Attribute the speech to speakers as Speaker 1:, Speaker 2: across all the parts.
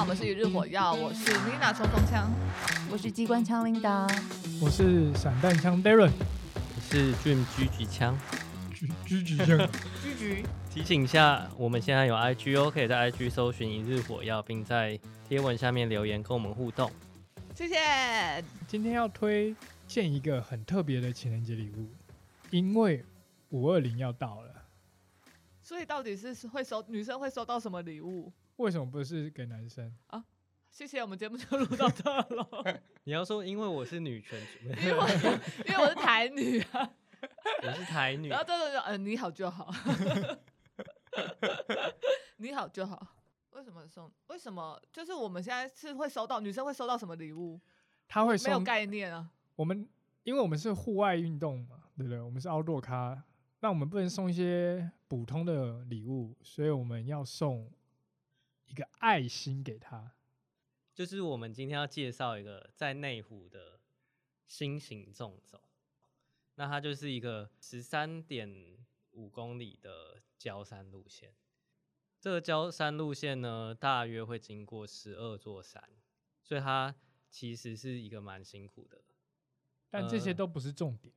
Speaker 1: 我们是一日火药，我是 Nina 冲锋枪，
Speaker 2: 我是机关枪琳达，
Speaker 3: 我是散弹枪 Darren，
Speaker 4: 我是 Dream 狙击枪。
Speaker 3: 狙狙击枪，
Speaker 1: 居居，
Speaker 4: 提醒一下，我们现在有 IG 哦，可以在 IG 搜寻“一日火药”，并在贴文下面留言跟我们互动。
Speaker 1: 谢谢。
Speaker 3: 今天要推荐一个很特别的情人节礼物，因为五二零要到了，
Speaker 1: 所以到底是会收女生会收到什么礼物？
Speaker 3: 为什么不是给男生？
Speaker 1: 谢谢，我们节目就录到这了，
Speaker 4: 你要说，因为我是女权主义，
Speaker 1: 因为我因为我是台女啊，
Speaker 4: 我是台女
Speaker 1: 然，后真的就嗯、呃你好就好，你好就好。为什么送？为什么就是我们现在是会收到女生会收到什么礼物？
Speaker 3: 他会
Speaker 1: 没有
Speaker 3: 送
Speaker 1: 概念啊。
Speaker 3: 我们，因为我们是户外运动嘛，对不对？我们是 outdoor 咖，那我们不能送一些普通的礼物，所以我们要送一个爱心给他。
Speaker 4: 就是我们今天要介绍一个在内湖的新型纵走，那它就是一个十三点五公里的郊山路线。这个郊山路线呢，大约会经过十二座山，所以它其实是一个蛮辛苦的。
Speaker 3: 但这些
Speaker 4: 呃
Speaker 3: 都不是重点，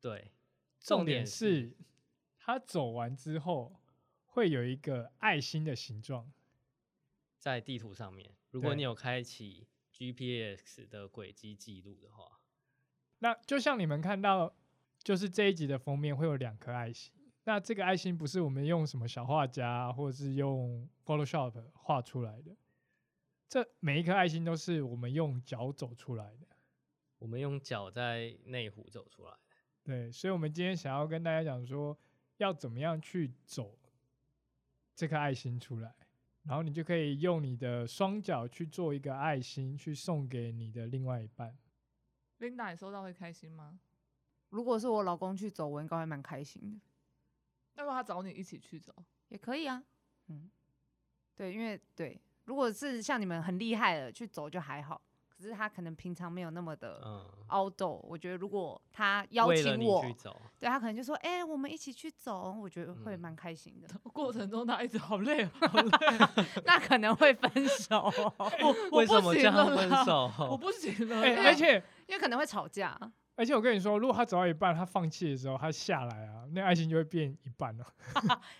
Speaker 4: 对，
Speaker 3: 重
Speaker 4: 重点
Speaker 3: 是他走完之后会有一个爱心的形状。
Speaker 4: 在地图上面，如果
Speaker 3: 对
Speaker 4: 你有开启 GPS 的轨迹记录的话，
Speaker 3: 那就像你们看到，就是这一集的封面会有两颗爱心。那这个爱心不是我们用什么小画家或者是用 Photoshop 画出来的，这每一颗爱心都是我们用脚走出来的。
Speaker 4: 我们用脚在内湖走出来。
Speaker 3: 对，所以我们今天想要跟大家讲说，要怎么样去走这颗爱心出来，然后你就可以用你的双脚去做一个爱心，去送给你的另外一半。
Speaker 1: Linda，你收到会开心吗？
Speaker 2: 如果是我老公去走，我应该会蛮开心的，
Speaker 1: 那如果他找你一起去走，
Speaker 2: 也可以啊。嗯，对，因为对，如果是像你们很厉害的去走就还好，可是他可能平常没有那么的
Speaker 4: 嗯，
Speaker 2: 凹斗。我觉得如果他邀
Speaker 4: 为了
Speaker 2: 请
Speaker 4: 你
Speaker 2: 我，
Speaker 4: 去走，
Speaker 2: 对他可能就说：“哎、我们一起去走。”我觉得会
Speaker 4: 嗯
Speaker 2: 蛮开心的，
Speaker 1: 过程中他一直好累哦，
Speaker 2: 那可能 会分手，
Speaker 1: 我我
Speaker 4: 为什
Speaker 1: 不
Speaker 4: 么这
Speaker 1: 行
Speaker 4: 样
Speaker 1: 了
Speaker 4: 分
Speaker 1: 啦
Speaker 4: 手？
Speaker 1: 我不行了。
Speaker 3: 哎、
Speaker 1: 因为
Speaker 3: 而且
Speaker 2: 因为可能会吵架。
Speaker 3: 而且我跟你说，如果他走到一半，他放弃的时候，他下来啊，那爱心就会变一半了、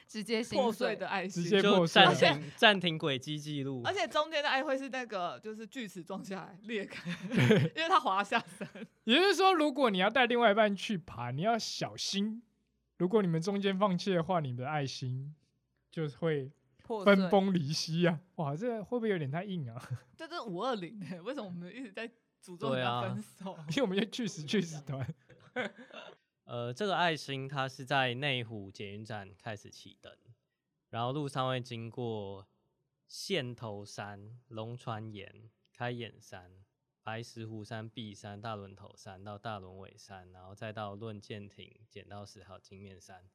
Speaker 2: 直接心
Speaker 1: 破碎的爱心，
Speaker 3: 直接
Speaker 4: 就
Speaker 3: 破碎
Speaker 4: 暂
Speaker 3: 了
Speaker 4: 停暂停轨迹记录，
Speaker 1: 而且中间的爱会是那个就是锯齿撞下来裂开，因为它滑下 山。
Speaker 3: 也就是说，如果你要带另外一半去爬，你要小心。如果你们中间放弃的话，你们的爱心就会
Speaker 2: 破
Speaker 3: 分崩离析啊！哇，这会不会有点太硬啊？
Speaker 1: 这是五二零哎，为什么我们一直在诅咒人
Speaker 4: 对
Speaker 1: 家
Speaker 4: 啊
Speaker 1: 分手？
Speaker 3: 因为我们就去死去死团，
Speaker 4: 呃，这个爱心它是在内湖捷运站开始启灯，然后路上会经过线头山、龙船岩、开眼山、白石湖山、碧山、大轮头山到大轮尾山，然后再到论剑亭、剪刀石还有金面山
Speaker 3: 好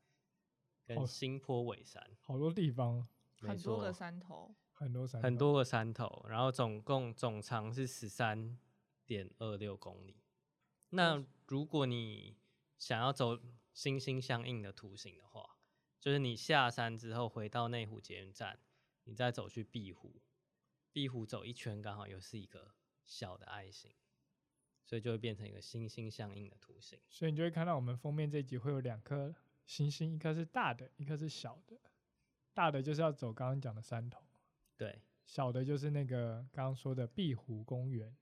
Speaker 4: 跟新坡尾山，
Speaker 3: 好多地方，
Speaker 4: 没
Speaker 1: 很多
Speaker 4: 错
Speaker 1: 个，山头，
Speaker 3: 很多山，
Speaker 4: 很。多个山头，然后总共总长是十三点二六公里。那如果你想要走心心相印的图形的话，就是你下山之后回到内湖捷运站，你再走去碧湖，碧湖走一圈刚好又是一个小的爱心，所以就会变成一个心心相印的图形。
Speaker 3: 所以你就会看到我们封面这一集会有两颗星星，一颗是大的，一颗是小的。大的就是要走刚刚讲的山头，
Speaker 4: 对
Speaker 3: 小的就是那个刚刚说的碧湖公园，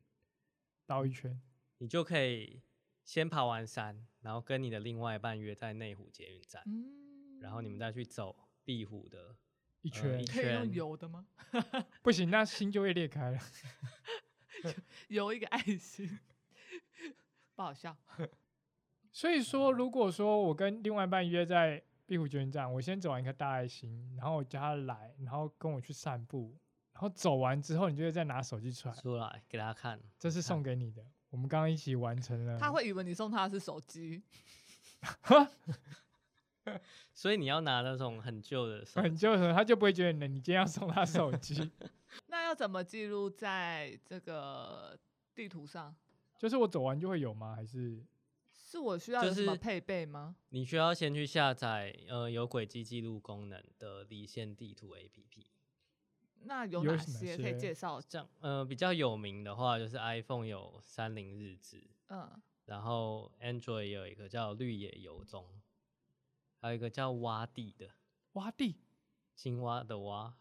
Speaker 3: 绕一圈。
Speaker 4: 你就可以先爬完山，然后跟你的另外一半约在内湖捷运站，
Speaker 1: 嗯
Speaker 4: 然后你们再去走碧湖的
Speaker 3: 一
Speaker 4: 呃
Speaker 3: 圈
Speaker 4: 一
Speaker 1: 可以用
Speaker 4: 圈
Speaker 1: 游的吗？
Speaker 3: 不行，那心就会裂开了。
Speaker 1: 游一个爱心，不好笑。
Speaker 3: 所以说，如果说我跟另外一半约在碧湖捐站，我先走完一颗大爱心，然后我叫他来，然后跟我去散步，然后走完之后，你就会再拿手机出来，
Speaker 4: 出来给大家看，
Speaker 3: 这是送
Speaker 4: 给
Speaker 3: 给你的。我们刚刚一起完成了，
Speaker 1: 他会以为你送他的是手机，
Speaker 4: 所以你要拿那种很旧的手
Speaker 3: 很
Speaker 4: 机
Speaker 3: 就他就不会觉得你你今天要送他手机。
Speaker 1: 那要怎么记录在这个地图上？
Speaker 3: 就是我走完就会有吗？还是
Speaker 1: 是我需要
Speaker 4: 就
Speaker 1: 有什么
Speaker 4: 是
Speaker 1: 配备吗？
Speaker 4: 你需要先去下载呃有轨迹记录功能的离线地图 APP，
Speaker 1: 那有
Speaker 3: 有
Speaker 1: 哪
Speaker 3: 什么
Speaker 1: 些可以
Speaker 3: 些
Speaker 1: 介绍？
Speaker 4: 这样，呃，比较有名的话就是 iPhone 有三菱日志，
Speaker 1: 嗯，
Speaker 4: 然后 Android 也有一个叫绿野游踪，还有一个叫蛙地的
Speaker 3: 蛙地
Speaker 4: 青蛙的蛙，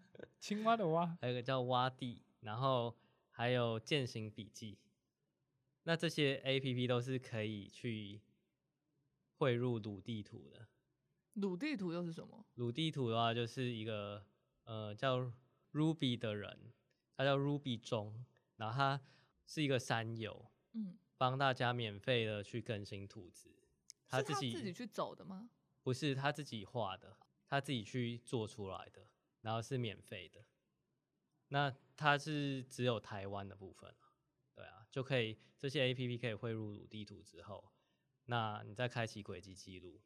Speaker 3: 青蛙的蛙，
Speaker 4: 还有一个叫蛙地，然后还有践行笔记。那这些 A P P 都是可以去汇入鲁地图的。
Speaker 1: 鲁地图又是什么？
Speaker 4: 鲁地图的话，就是一个呃叫 Ruby 的人，他叫 Ruby 钟，然后他是一个山友，
Speaker 1: 嗯，
Speaker 4: 帮大家免费的去更新图纸。
Speaker 1: 是
Speaker 4: 自己
Speaker 1: 自己去走的吗？
Speaker 4: 不是他自己画的，他自己去做出来的，然后是免费的。那它是只有台湾的部分啊，对啊，就可以这些 A P P 可以汇入鲁地图之后，那你再开启轨迹记录，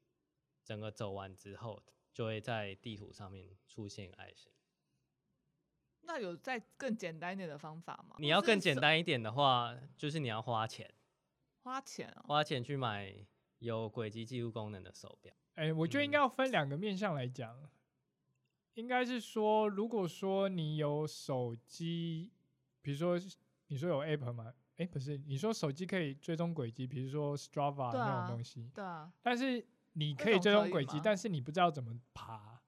Speaker 4: 整个走完之后，就会在地图上面出现爱心。
Speaker 1: 那有再更简单一点的方法吗？
Speaker 4: 你
Speaker 1: 或
Speaker 4: 要
Speaker 1: 是
Speaker 4: 更简
Speaker 1: 手
Speaker 4: 单一点的话，就是你要花钱，
Speaker 1: 花钱哦。
Speaker 4: 花钱去买有轨迹记录功能的手表。
Speaker 3: 哎、我觉得应
Speaker 1: 嗯
Speaker 3: 该要分两个面向来讲，应该是说，如果说你有手机，比如说是你说有 App 嘛，哎、不是，你说手机可以追踪轨迹，比如说 Strava
Speaker 1: 对
Speaker 3: 那
Speaker 1: 啊
Speaker 3: 种东西，
Speaker 1: 对啊，
Speaker 3: 但是你
Speaker 1: 这
Speaker 3: 可以
Speaker 1: 种
Speaker 3: 追
Speaker 1: 可
Speaker 3: 踪
Speaker 1: 以
Speaker 3: 轨迹
Speaker 1: 吗，
Speaker 3: 但是你不知道怎么爬，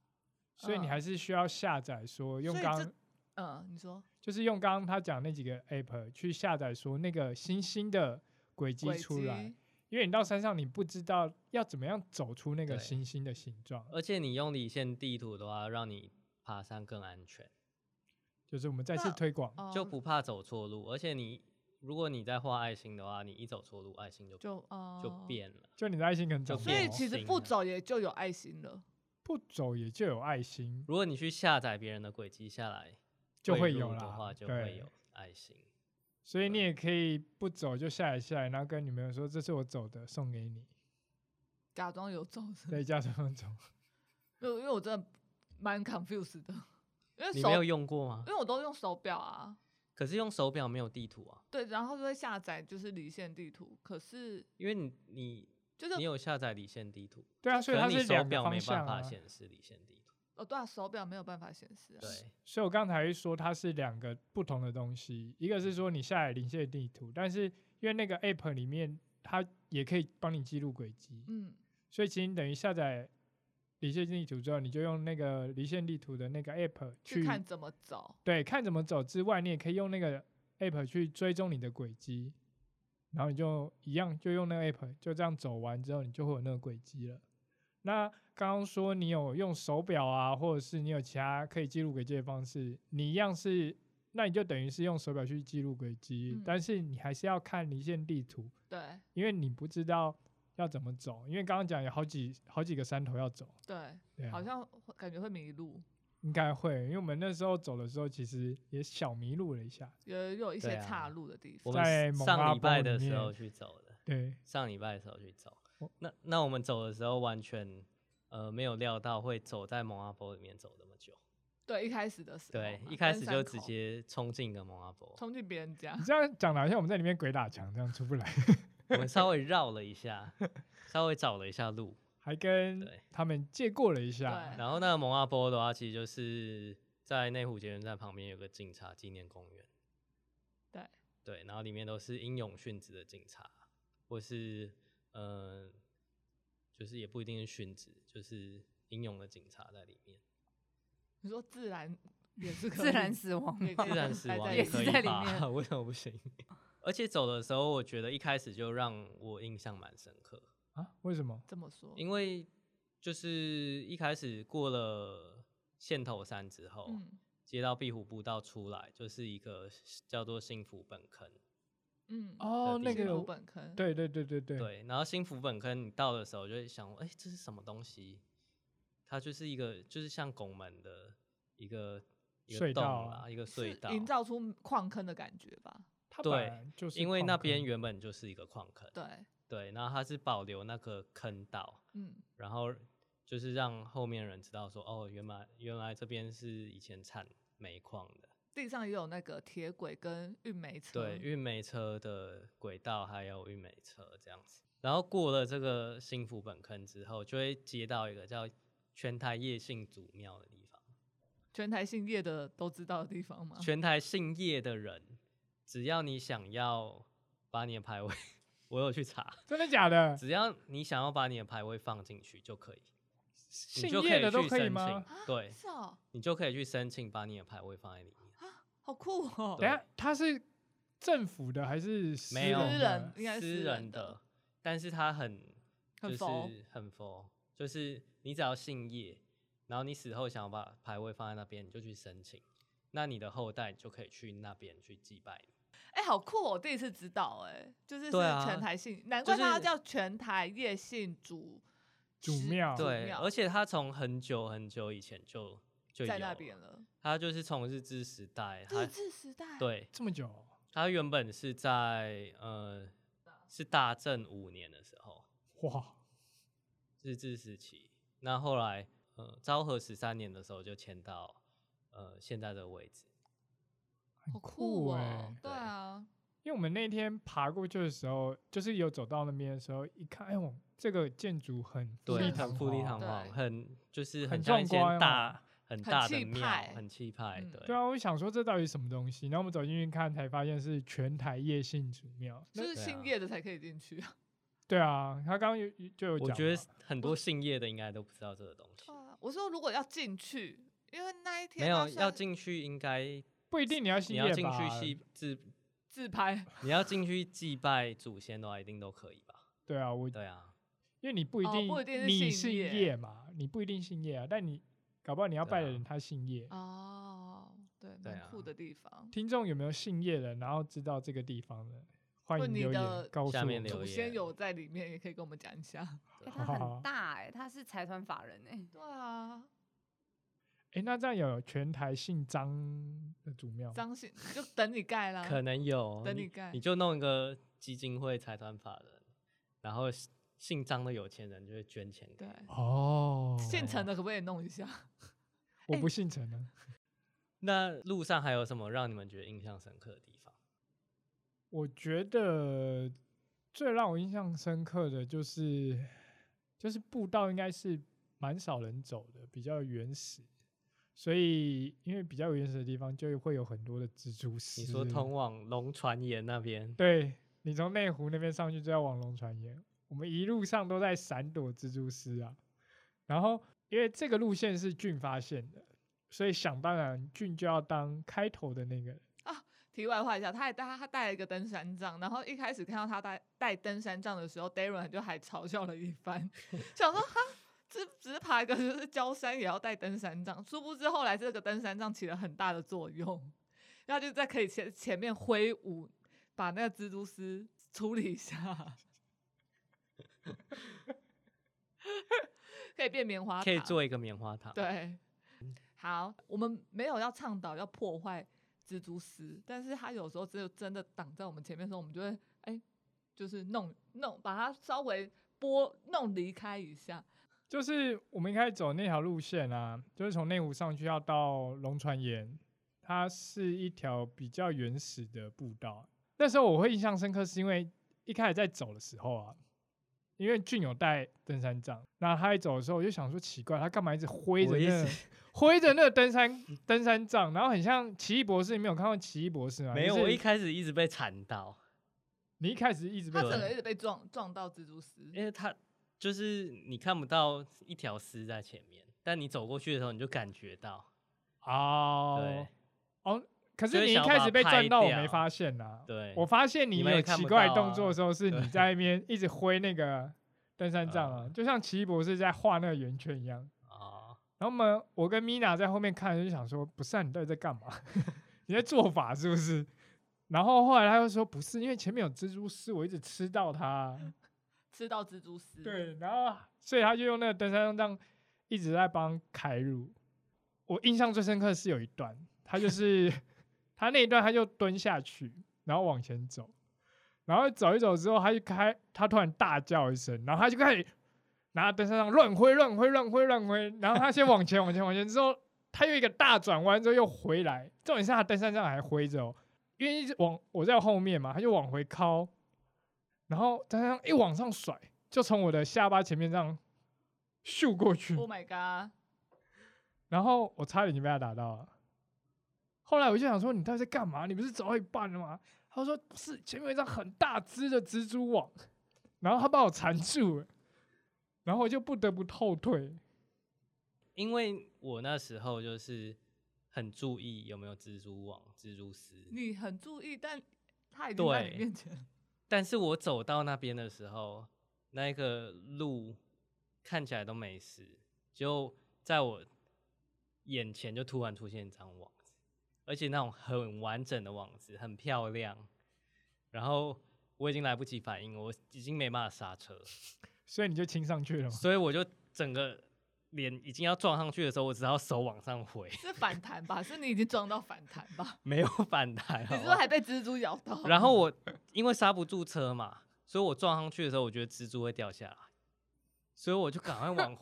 Speaker 3: 所以你
Speaker 1: 嗯
Speaker 3: 还是需要下载说用
Speaker 1: 所以
Speaker 3: 刚
Speaker 1: 这嗯，你说
Speaker 3: 就是用刚刚他讲那几个 App 去下载说那个新兴的轨迹
Speaker 1: 轨
Speaker 3: 出来
Speaker 1: 迹，
Speaker 3: 因为你到山上你不知道要怎么样走出那个
Speaker 4: 对
Speaker 3: 星星的形状。
Speaker 4: 而且你用离线地图的话，让你爬山更安全。
Speaker 3: 就是我们再次
Speaker 1: 那
Speaker 3: 推广，
Speaker 1: 哦
Speaker 4: 就不怕走错路，而且你如果你在画爱心的话，你一走错路，爱心就就
Speaker 1: 就哦
Speaker 4: 变了。
Speaker 3: 就你的爱心可能
Speaker 4: 就
Speaker 3: 长不
Speaker 1: 所以
Speaker 4: 变
Speaker 3: 高
Speaker 1: 其实
Speaker 4: 心
Speaker 1: 不
Speaker 4: 了
Speaker 1: 走也就有爱心了。
Speaker 3: 不走也就有爱心，
Speaker 4: 如果你去下载别人的轨迹下来，
Speaker 3: 就
Speaker 4: 汇
Speaker 3: 会有
Speaker 4: 入
Speaker 3: 啦
Speaker 4: 的话，就
Speaker 3: 对
Speaker 4: 会有爱心。
Speaker 3: 所以你也可以不走就下载下来，然后跟女朋友说这是我走的，送给你，
Speaker 1: 假装有走是吗，
Speaker 3: 在家这样走。
Speaker 1: 因为因为我真的蛮 confused 的，因为
Speaker 4: 你
Speaker 1: 手
Speaker 4: 没有用过吗
Speaker 1: 因？为我都用手表啊，
Speaker 4: 可是用手表没有地图啊，
Speaker 1: 对，然后就会下载就是离线地图，可是
Speaker 4: 因为你你
Speaker 1: 就是
Speaker 4: 你有下载离线地图，
Speaker 3: 对啊，所以它
Speaker 4: 可是
Speaker 3: 是
Speaker 4: 你手
Speaker 3: 两个
Speaker 4: 表没
Speaker 3: 方向
Speaker 4: 办法
Speaker 3: 啊。
Speaker 4: 显示离线地图。
Speaker 1: 哦对啊，手表没有办法显示、啊，
Speaker 4: 对，
Speaker 3: 所以我刚才说它是两个不同的东西，一个是说你下载零线地图，但是因为那个 app 里面它也可以帮你记录轨迹，
Speaker 1: 嗯，
Speaker 3: 所以其实你等于下载离线地图之后，你就用那个离线地图的那个 app
Speaker 1: 去看怎么走，
Speaker 3: 对，看怎么走之外，你也可以用那个 app 去追踪你的轨迹，然后你就一样就用那个 app，就这样走完之后，你就会有那个轨迹了。那刚刚说你有用手表啊，或者是你有其他可以记录轨迹的方式，你一样是，那你就等于是用手表去记录轨迹，
Speaker 1: 嗯
Speaker 3: 但是你还是要看离线地图，
Speaker 1: 对
Speaker 3: 因为你不知道要怎么走，因为刚刚讲有好几好几个山头要走，
Speaker 1: 对，
Speaker 3: 对、啊，
Speaker 1: 好像会感觉会迷路，
Speaker 3: 应该会，因为我们那时候走的时候其实也小迷路了一下。
Speaker 1: 有有一
Speaker 4: 对
Speaker 1: 些
Speaker 4: 啊
Speaker 1: 岔路的地
Speaker 4: 我
Speaker 1: 方，
Speaker 3: 在
Speaker 4: 们
Speaker 3: 蒙
Speaker 4: 上
Speaker 3: 阿
Speaker 4: 礼拜
Speaker 3: 波
Speaker 4: 的
Speaker 3: 里
Speaker 4: 时候
Speaker 3: 面
Speaker 4: 去走的，
Speaker 3: 对，
Speaker 4: 上礼拜的时候去走
Speaker 3: 我。
Speaker 4: 那那我们走的时候完全呃没有料到会走在蒙阿波里面走那么久，
Speaker 1: 对，一开始的时候
Speaker 4: 对
Speaker 1: 嘛，
Speaker 4: 一开
Speaker 1: 登
Speaker 4: 始
Speaker 1: 山
Speaker 4: 就直
Speaker 1: 哦口
Speaker 4: 接冲进一个蒙阿波，
Speaker 1: 冲进别人家
Speaker 3: 你，这样讲的好像我们在里面鬼打墙这样出不 来，
Speaker 4: 我们稍微绕了一下，稍微找了一下路，
Speaker 3: 还跟
Speaker 4: 对
Speaker 3: 他们借过了一下
Speaker 1: 对。
Speaker 4: 啊然后那个蒙阿波的话，其实就是在内湖捷运站旁边有个警察纪念公园，
Speaker 1: 对
Speaker 4: 对，然后里面都是英勇殉职的警察，或是嗯、呃就是也不一定是殉职，就是英勇的警察在里面。
Speaker 1: 你说自然也是可
Speaker 2: 自然
Speaker 1: 以
Speaker 2: 死亡
Speaker 1: 也
Speaker 2: 吗
Speaker 1: 可以
Speaker 4: 自然死
Speaker 1: 待
Speaker 4: 亡
Speaker 1: 在
Speaker 4: 也
Speaker 1: 里
Speaker 4: 可以
Speaker 2: 面在里
Speaker 4: 吧？
Speaker 2: 面
Speaker 4: 为什么不行？而且走的时候，我觉得一开始就让我印象蛮深刻，
Speaker 3: 啊？为什么？
Speaker 1: 这么说，
Speaker 4: 因为就是一开始过了线头山之后，
Speaker 1: 嗯
Speaker 4: 接到壁虎步道出来，就是一个叫做幸福本坑。
Speaker 1: 嗯，
Speaker 3: 哦，那个
Speaker 4: 呃地
Speaker 1: 新
Speaker 4: 方
Speaker 1: 竹
Speaker 3: 有，
Speaker 1: 本坑，
Speaker 3: 对对对对对，
Speaker 4: 对，然后幸福本坑你到的时候就会想，哎、这是什么东西？它就是一个就是像拱门的一个一个
Speaker 3: 隧
Speaker 4: 洞
Speaker 3: 道啊
Speaker 4: 啦，一个
Speaker 1: 是
Speaker 4: 隧道，
Speaker 1: 营造出矿坑的感觉吧？
Speaker 3: 它
Speaker 4: 对
Speaker 3: 本来就是
Speaker 4: 因为
Speaker 3: 矿
Speaker 4: 那
Speaker 3: 坑
Speaker 4: 边原本就是一个矿坑，
Speaker 1: 对，
Speaker 4: 对，然后它是保留那个坑道，
Speaker 1: 嗯，
Speaker 4: 然后就是让后面人知道说，哦，原来原来这边是以前产煤矿的，
Speaker 1: 地上也有那个铁轨跟运煤车，
Speaker 4: 对，运煤车的轨道还有运煤车这样子。然后过了这个幸福本坑之后，就会接到一个叫全台夜信祖庙的地方。
Speaker 1: 全台姓叶的都知道的地方吗？
Speaker 4: 全台姓叶的人，只要你想要把你的排位， 我有去查，
Speaker 3: 真的假的？
Speaker 4: 只要你想要把你的排位放进去就可以，你
Speaker 3: 姓
Speaker 4: 就
Speaker 3: 叶
Speaker 4: 以
Speaker 3: 的都
Speaker 4: 去
Speaker 3: 可以
Speaker 4: 申
Speaker 3: 吗
Speaker 4: 请？，对，
Speaker 1: 是哦，
Speaker 4: 你就可以去申请把你的排位放在里面。
Speaker 1: 好酷哦
Speaker 3: 等
Speaker 4: 对！
Speaker 3: 一下，他是政府的还是私
Speaker 4: 没有
Speaker 3: 人
Speaker 1: 私
Speaker 3: 的
Speaker 1: 人？应该是
Speaker 4: 私
Speaker 1: 私人
Speaker 4: 人
Speaker 1: 的
Speaker 4: 的，但是他很
Speaker 1: 很
Speaker 4: 就是
Speaker 1: 佛
Speaker 4: 很佛，就是你只要姓叶，然后你死后想要把牌位放在那边，你就去申请，那你的后代就可以去那边去祭拜你。
Speaker 1: 哎、好酷哦！我第一次知道、哎，就是是
Speaker 4: 对啊
Speaker 1: 全台姓，难怪它要
Speaker 4: 就是
Speaker 1: 叫全台叶姓主
Speaker 3: 主
Speaker 1: 祠
Speaker 3: 庙
Speaker 1: 主
Speaker 4: 对，
Speaker 1: 庙
Speaker 4: 而且他从很久很久以前就就
Speaker 1: 在
Speaker 4: 有
Speaker 1: 那
Speaker 4: 了
Speaker 1: 边，了。
Speaker 4: 他就是从日治时代，他
Speaker 1: 日治时代，，
Speaker 4: 对
Speaker 3: 这么久哦？
Speaker 4: 他原本是在呃是大正五年的时候，
Speaker 3: 哇，
Speaker 4: 日治时期，那后来呃昭和十三年的时候就迁到呃现在的位置。
Speaker 1: 好
Speaker 3: 很
Speaker 1: 酷
Speaker 3: 哎、
Speaker 1: 哦！对
Speaker 4: 对
Speaker 1: 啊，
Speaker 3: 因为我们那天爬过去的时候，就是有走到那边的时候，一看，哎呦，这个建筑很富丽
Speaker 4: 对，
Speaker 1: 是
Speaker 4: 很
Speaker 3: 堂
Speaker 4: 富丽
Speaker 3: 皇
Speaker 4: 堂
Speaker 1: 对
Speaker 4: 皇，很就是
Speaker 3: 很
Speaker 4: 像
Speaker 3: 壮
Speaker 4: 一间
Speaker 3: 观哦
Speaker 4: 大很
Speaker 1: 很
Speaker 4: 大
Speaker 1: 气
Speaker 4: 的庙
Speaker 1: 派，
Speaker 4: 很气派。
Speaker 1: 嗯
Speaker 3: 对
Speaker 4: 对，
Speaker 3: 啊，我想说这到底什么东西？然后我们走进去看，才发现是全台夜信主庙。那
Speaker 1: 就是
Speaker 4: 对
Speaker 1: 姓
Speaker 4: 啊
Speaker 1: 叶的才可以进去啊。
Speaker 3: 对啊，他刚刚有就有讲
Speaker 4: 我
Speaker 3: 嘛，
Speaker 4: 觉得很多姓叶的应该都不知道这个东西
Speaker 1: 对。啊我说如果要进去，因为那一天
Speaker 4: 没有
Speaker 1: 它算
Speaker 4: 要进去，应该你
Speaker 3: 不一定你要信
Speaker 4: 要
Speaker 3: 夜
Speaker 4: 进去
Speaker 3: 吧？
Speaker 4: 祭祭，
Speaker 1: 自拍，
Speaker 4: 你要进去祭拜祖先的话，一定都可以吧？
Speaker 3: 对啊，我
Speaker 4: 对啊，
Speaker 3: 因为你不一
Speaker 1: 哦
Speaker 3: 定，
Speaker 1: 不一定是
Speaker 3: 你
Speaker 1: 信
Speaker 3: 信
Speaker 1: 业
Speaker 3: 业嘛，你不一定信业啊，但你搞不好你要
Speaker 4: 对
Speaker 3: 拜的
Speaker 4: 啊
Speaker 3: 人他信业。
Speaker 1: 哦，对，
Speaker 4: 对
Speaker 1: 蛮
Speaker 4: 啊
Speaker 1: 酷的地方。
Speaker 3: 听众有没有信业的，然后知道这个地方的，欢
Speaker 1: 或
Speaker 3: 迎
Speaker 1: 你
Speaker 3: 留
Speaker 1: 的
Speaker 3: 言告诉
Speaker 4: 下
Speaker 3: 我
Speaker 4: 面
Speaker 3: 们。
Speaker 4: 留
Speaker 1: 祖先
Speaker 4: 言
Speaker 1: 有在里面，也可以跟我们讲一下。
Speaker 2: 欸
Speaker 4: 对啊
Speaker 2: 他
Speaker 3: 好
Speaker 2: 很
Speaker 3: 好
Speaker 2: 大哎、他是财团法人哎、
Speaker 1: 对啊，
Speaker 3: 哎，那这样有全台姓张的祖庙吗？
Speaker 1: 张姓就等你盖啦。
Speaker 4: 可能有。
Speaker 1: 等你
Speaker 4: 你
Speaker 1: 盖
Speaker 4: 你就弄一个基金会财团法人，然后姓姓张的有钱人就会捐钱给
Speaker 1: 对
Speaker 4: 你。，
Speaker 3: 哦，
Speaker 1: 现成的可不可以弄一下？
Speaker 3: 我
Speaker 1: 哎
Speaker 3: 不姓陈啊，
Speaker 4: 那路上还有什么让你们觉得印象深刻的地方？
Speaker 3: 我觉得最让我印象深刻的就是，就是步道应该是蛮少人走的，比较原始，所以因为比较原始的地方就会有很多的蜘蛛丝。
Speaker 4: 你说通往龙船岩那边，
Speaker 3: 对你从内湖那边上去就要往龙船岩，我们一路上都在闪躲蜘蛛丝啊。然后因为这个路线是俊发现的，所以想当然俊就要当开头的那个人。
Speaker 1: 题外话一下，他还带他带了一个登山杖，然后一开始看到他带带登山杖的时候，Darren 就还嘲笑了一 番，想说哈，只只是爬一个就是郊山也要带登山杖，殊不知后来这个登山杖起了很大的作用，然后就在可以前前面挥舞，把那个蜘蛛丝处理一 下，可以变棉花糖，
Speaker 4: 可以做一个棉花糖。，
Speaker 1: 对，
Speaker 4: 嗯
Speaker 1: 好，我们没有要倡导要破坏蜘蛛丝，但是它有时候只有真的挡在我们前面的时候，我们就会哎、就是弄弄把它稍微拨弄离开一下。
Speaker 3: 就是我们一开始走那条路线啊，就是从内湖上去要到龙船岩，它是一条比较原始的步道。那时候我会印象深刻，是因为一开始在走的时候啊，因为俊有带登山杖，那他一走的时候，我就想说奇怪，他干嘛一直挥着
Speaker 4: 我一
Speaker 3: 那
Speaker 4: 直
Speaker 3: 个挥着那个登山登山杖，然后很像奇异博士，你没有看过奇异博士吗？
Speaker 4: 没有，
Speaker 3: 就是
Speaker 4: 我一开始一直被缠到，
Speaker 3: 你一开始一直被
Speaker 1: 它整
Speaker 4: 对
Speaker 1: 个一直被撞撞到蜘蛛丝，
Speaker 4: 因为它就是你看不到一条丝在前面，但你走过去的时候你就感觉到，
Speaker 3: 哦
Speaker 4: 对
Speaker 3: 哦，可
Speaker 4: 就是会
Speaker 3: 你一
Speaker 4: 想要
Speaker 3: 开
Speaker 4: 把
Speaker 3: 始被
Speaker 4: 它
Speaker 3: 撞
Speaker 4: 拍
Speaker 3: 到，我
Speaker 4: 掉
Speaker 3: 没发现呐、啊。
Speaker 4: 对，
Speaker 3: 我发现你
Speaker 4: 你们
Speaker 3: 有
Speaker 4: 也看
Speaker 3: 奇
Speaker 4: 不
Speaker 3: 怪
Speaker 4: 到
Speaker 3: 动
Speaker 4: 啊
Speaker 3: 作的时候，是你
Speaker 4: 对
Speaker 3: 在那边一直挥那个登山杖啊，
Speaker 4: 呃
Speaker 3: 就像奇异博士在画那个圆圈一样。
Speaker 4: 哦，
Speaker 3: 然后我们我跟米娜在后面看，就想说，不是、啊、你到底在干嘛？ 你在做法是不是？然后后来他又说不是，因为前面有蜘蛛丝，我一直吃到它。啊
Speaker 1: 吃到蜘蛛丝。，
Speaker 3: 对，然后所以他就用那个登山杖一直在帮开路。我印象最深刻的是有一段，他就是 他那一段他就蹲下去，然后往前走，然后走一走之后，他就开，他突然大叫一声，然后他就开始拿登山杖乱挥、乱挥、乱挥、乱挥，然后他先往前、往前、往前之后，他又一个大转弯之后又回来，重点是他登山杖还挥着、哦，因为一直往我在后面嘛，他就往回靠，然后登山杖一往上甩，就从我的下巴前面这样咻过去，
Speaker 1: Oh my god！
Speaker 3: 然后我差点就被他打到了。后来我就想说，你到底在干嘛？你不是走到一半了吗？他说不是，前面有一张很大只的蜘蛛网，然后他把我缠住了，然后我就不得不后退。
Speaker 4: 因为我那时候就是很注意有没有蜘蛛网、蜘蛛丝，
Speaker 1: 你很注意，但他已经在你
Speaker 4: 对
Speaker 1: 面前，
Speaker 4: 但是我走到那边的时候，那个路看起来都没事，就在我眼前就突然出现一张网子，而且那种很完整的网子，很漂亮。然后我已经来不及反应，我已经没办法刹车，
Speaker 3: 所以你就亲上去了吗？
Speaker 4: 所以我就整个脸已经要撞上去的时候，我只好手往上挥，
Speaker 1: 是反弹 吧？是你已经撞到反弹吧？
Speaker 4: 没有反弹。
Speaker 1: 你
Speaker 4: 好
Speaker 1: 是
Speaker 4: 不
Speaker 1: 不
Speaker 4: 好
Speaker 1: 是还被蜘蛛咬到？
Speaker 4: 然后我因为刹不住车嘛，所以我撞上去的时候，我觉得蜘蛛会掉下来，所以我就赶快往，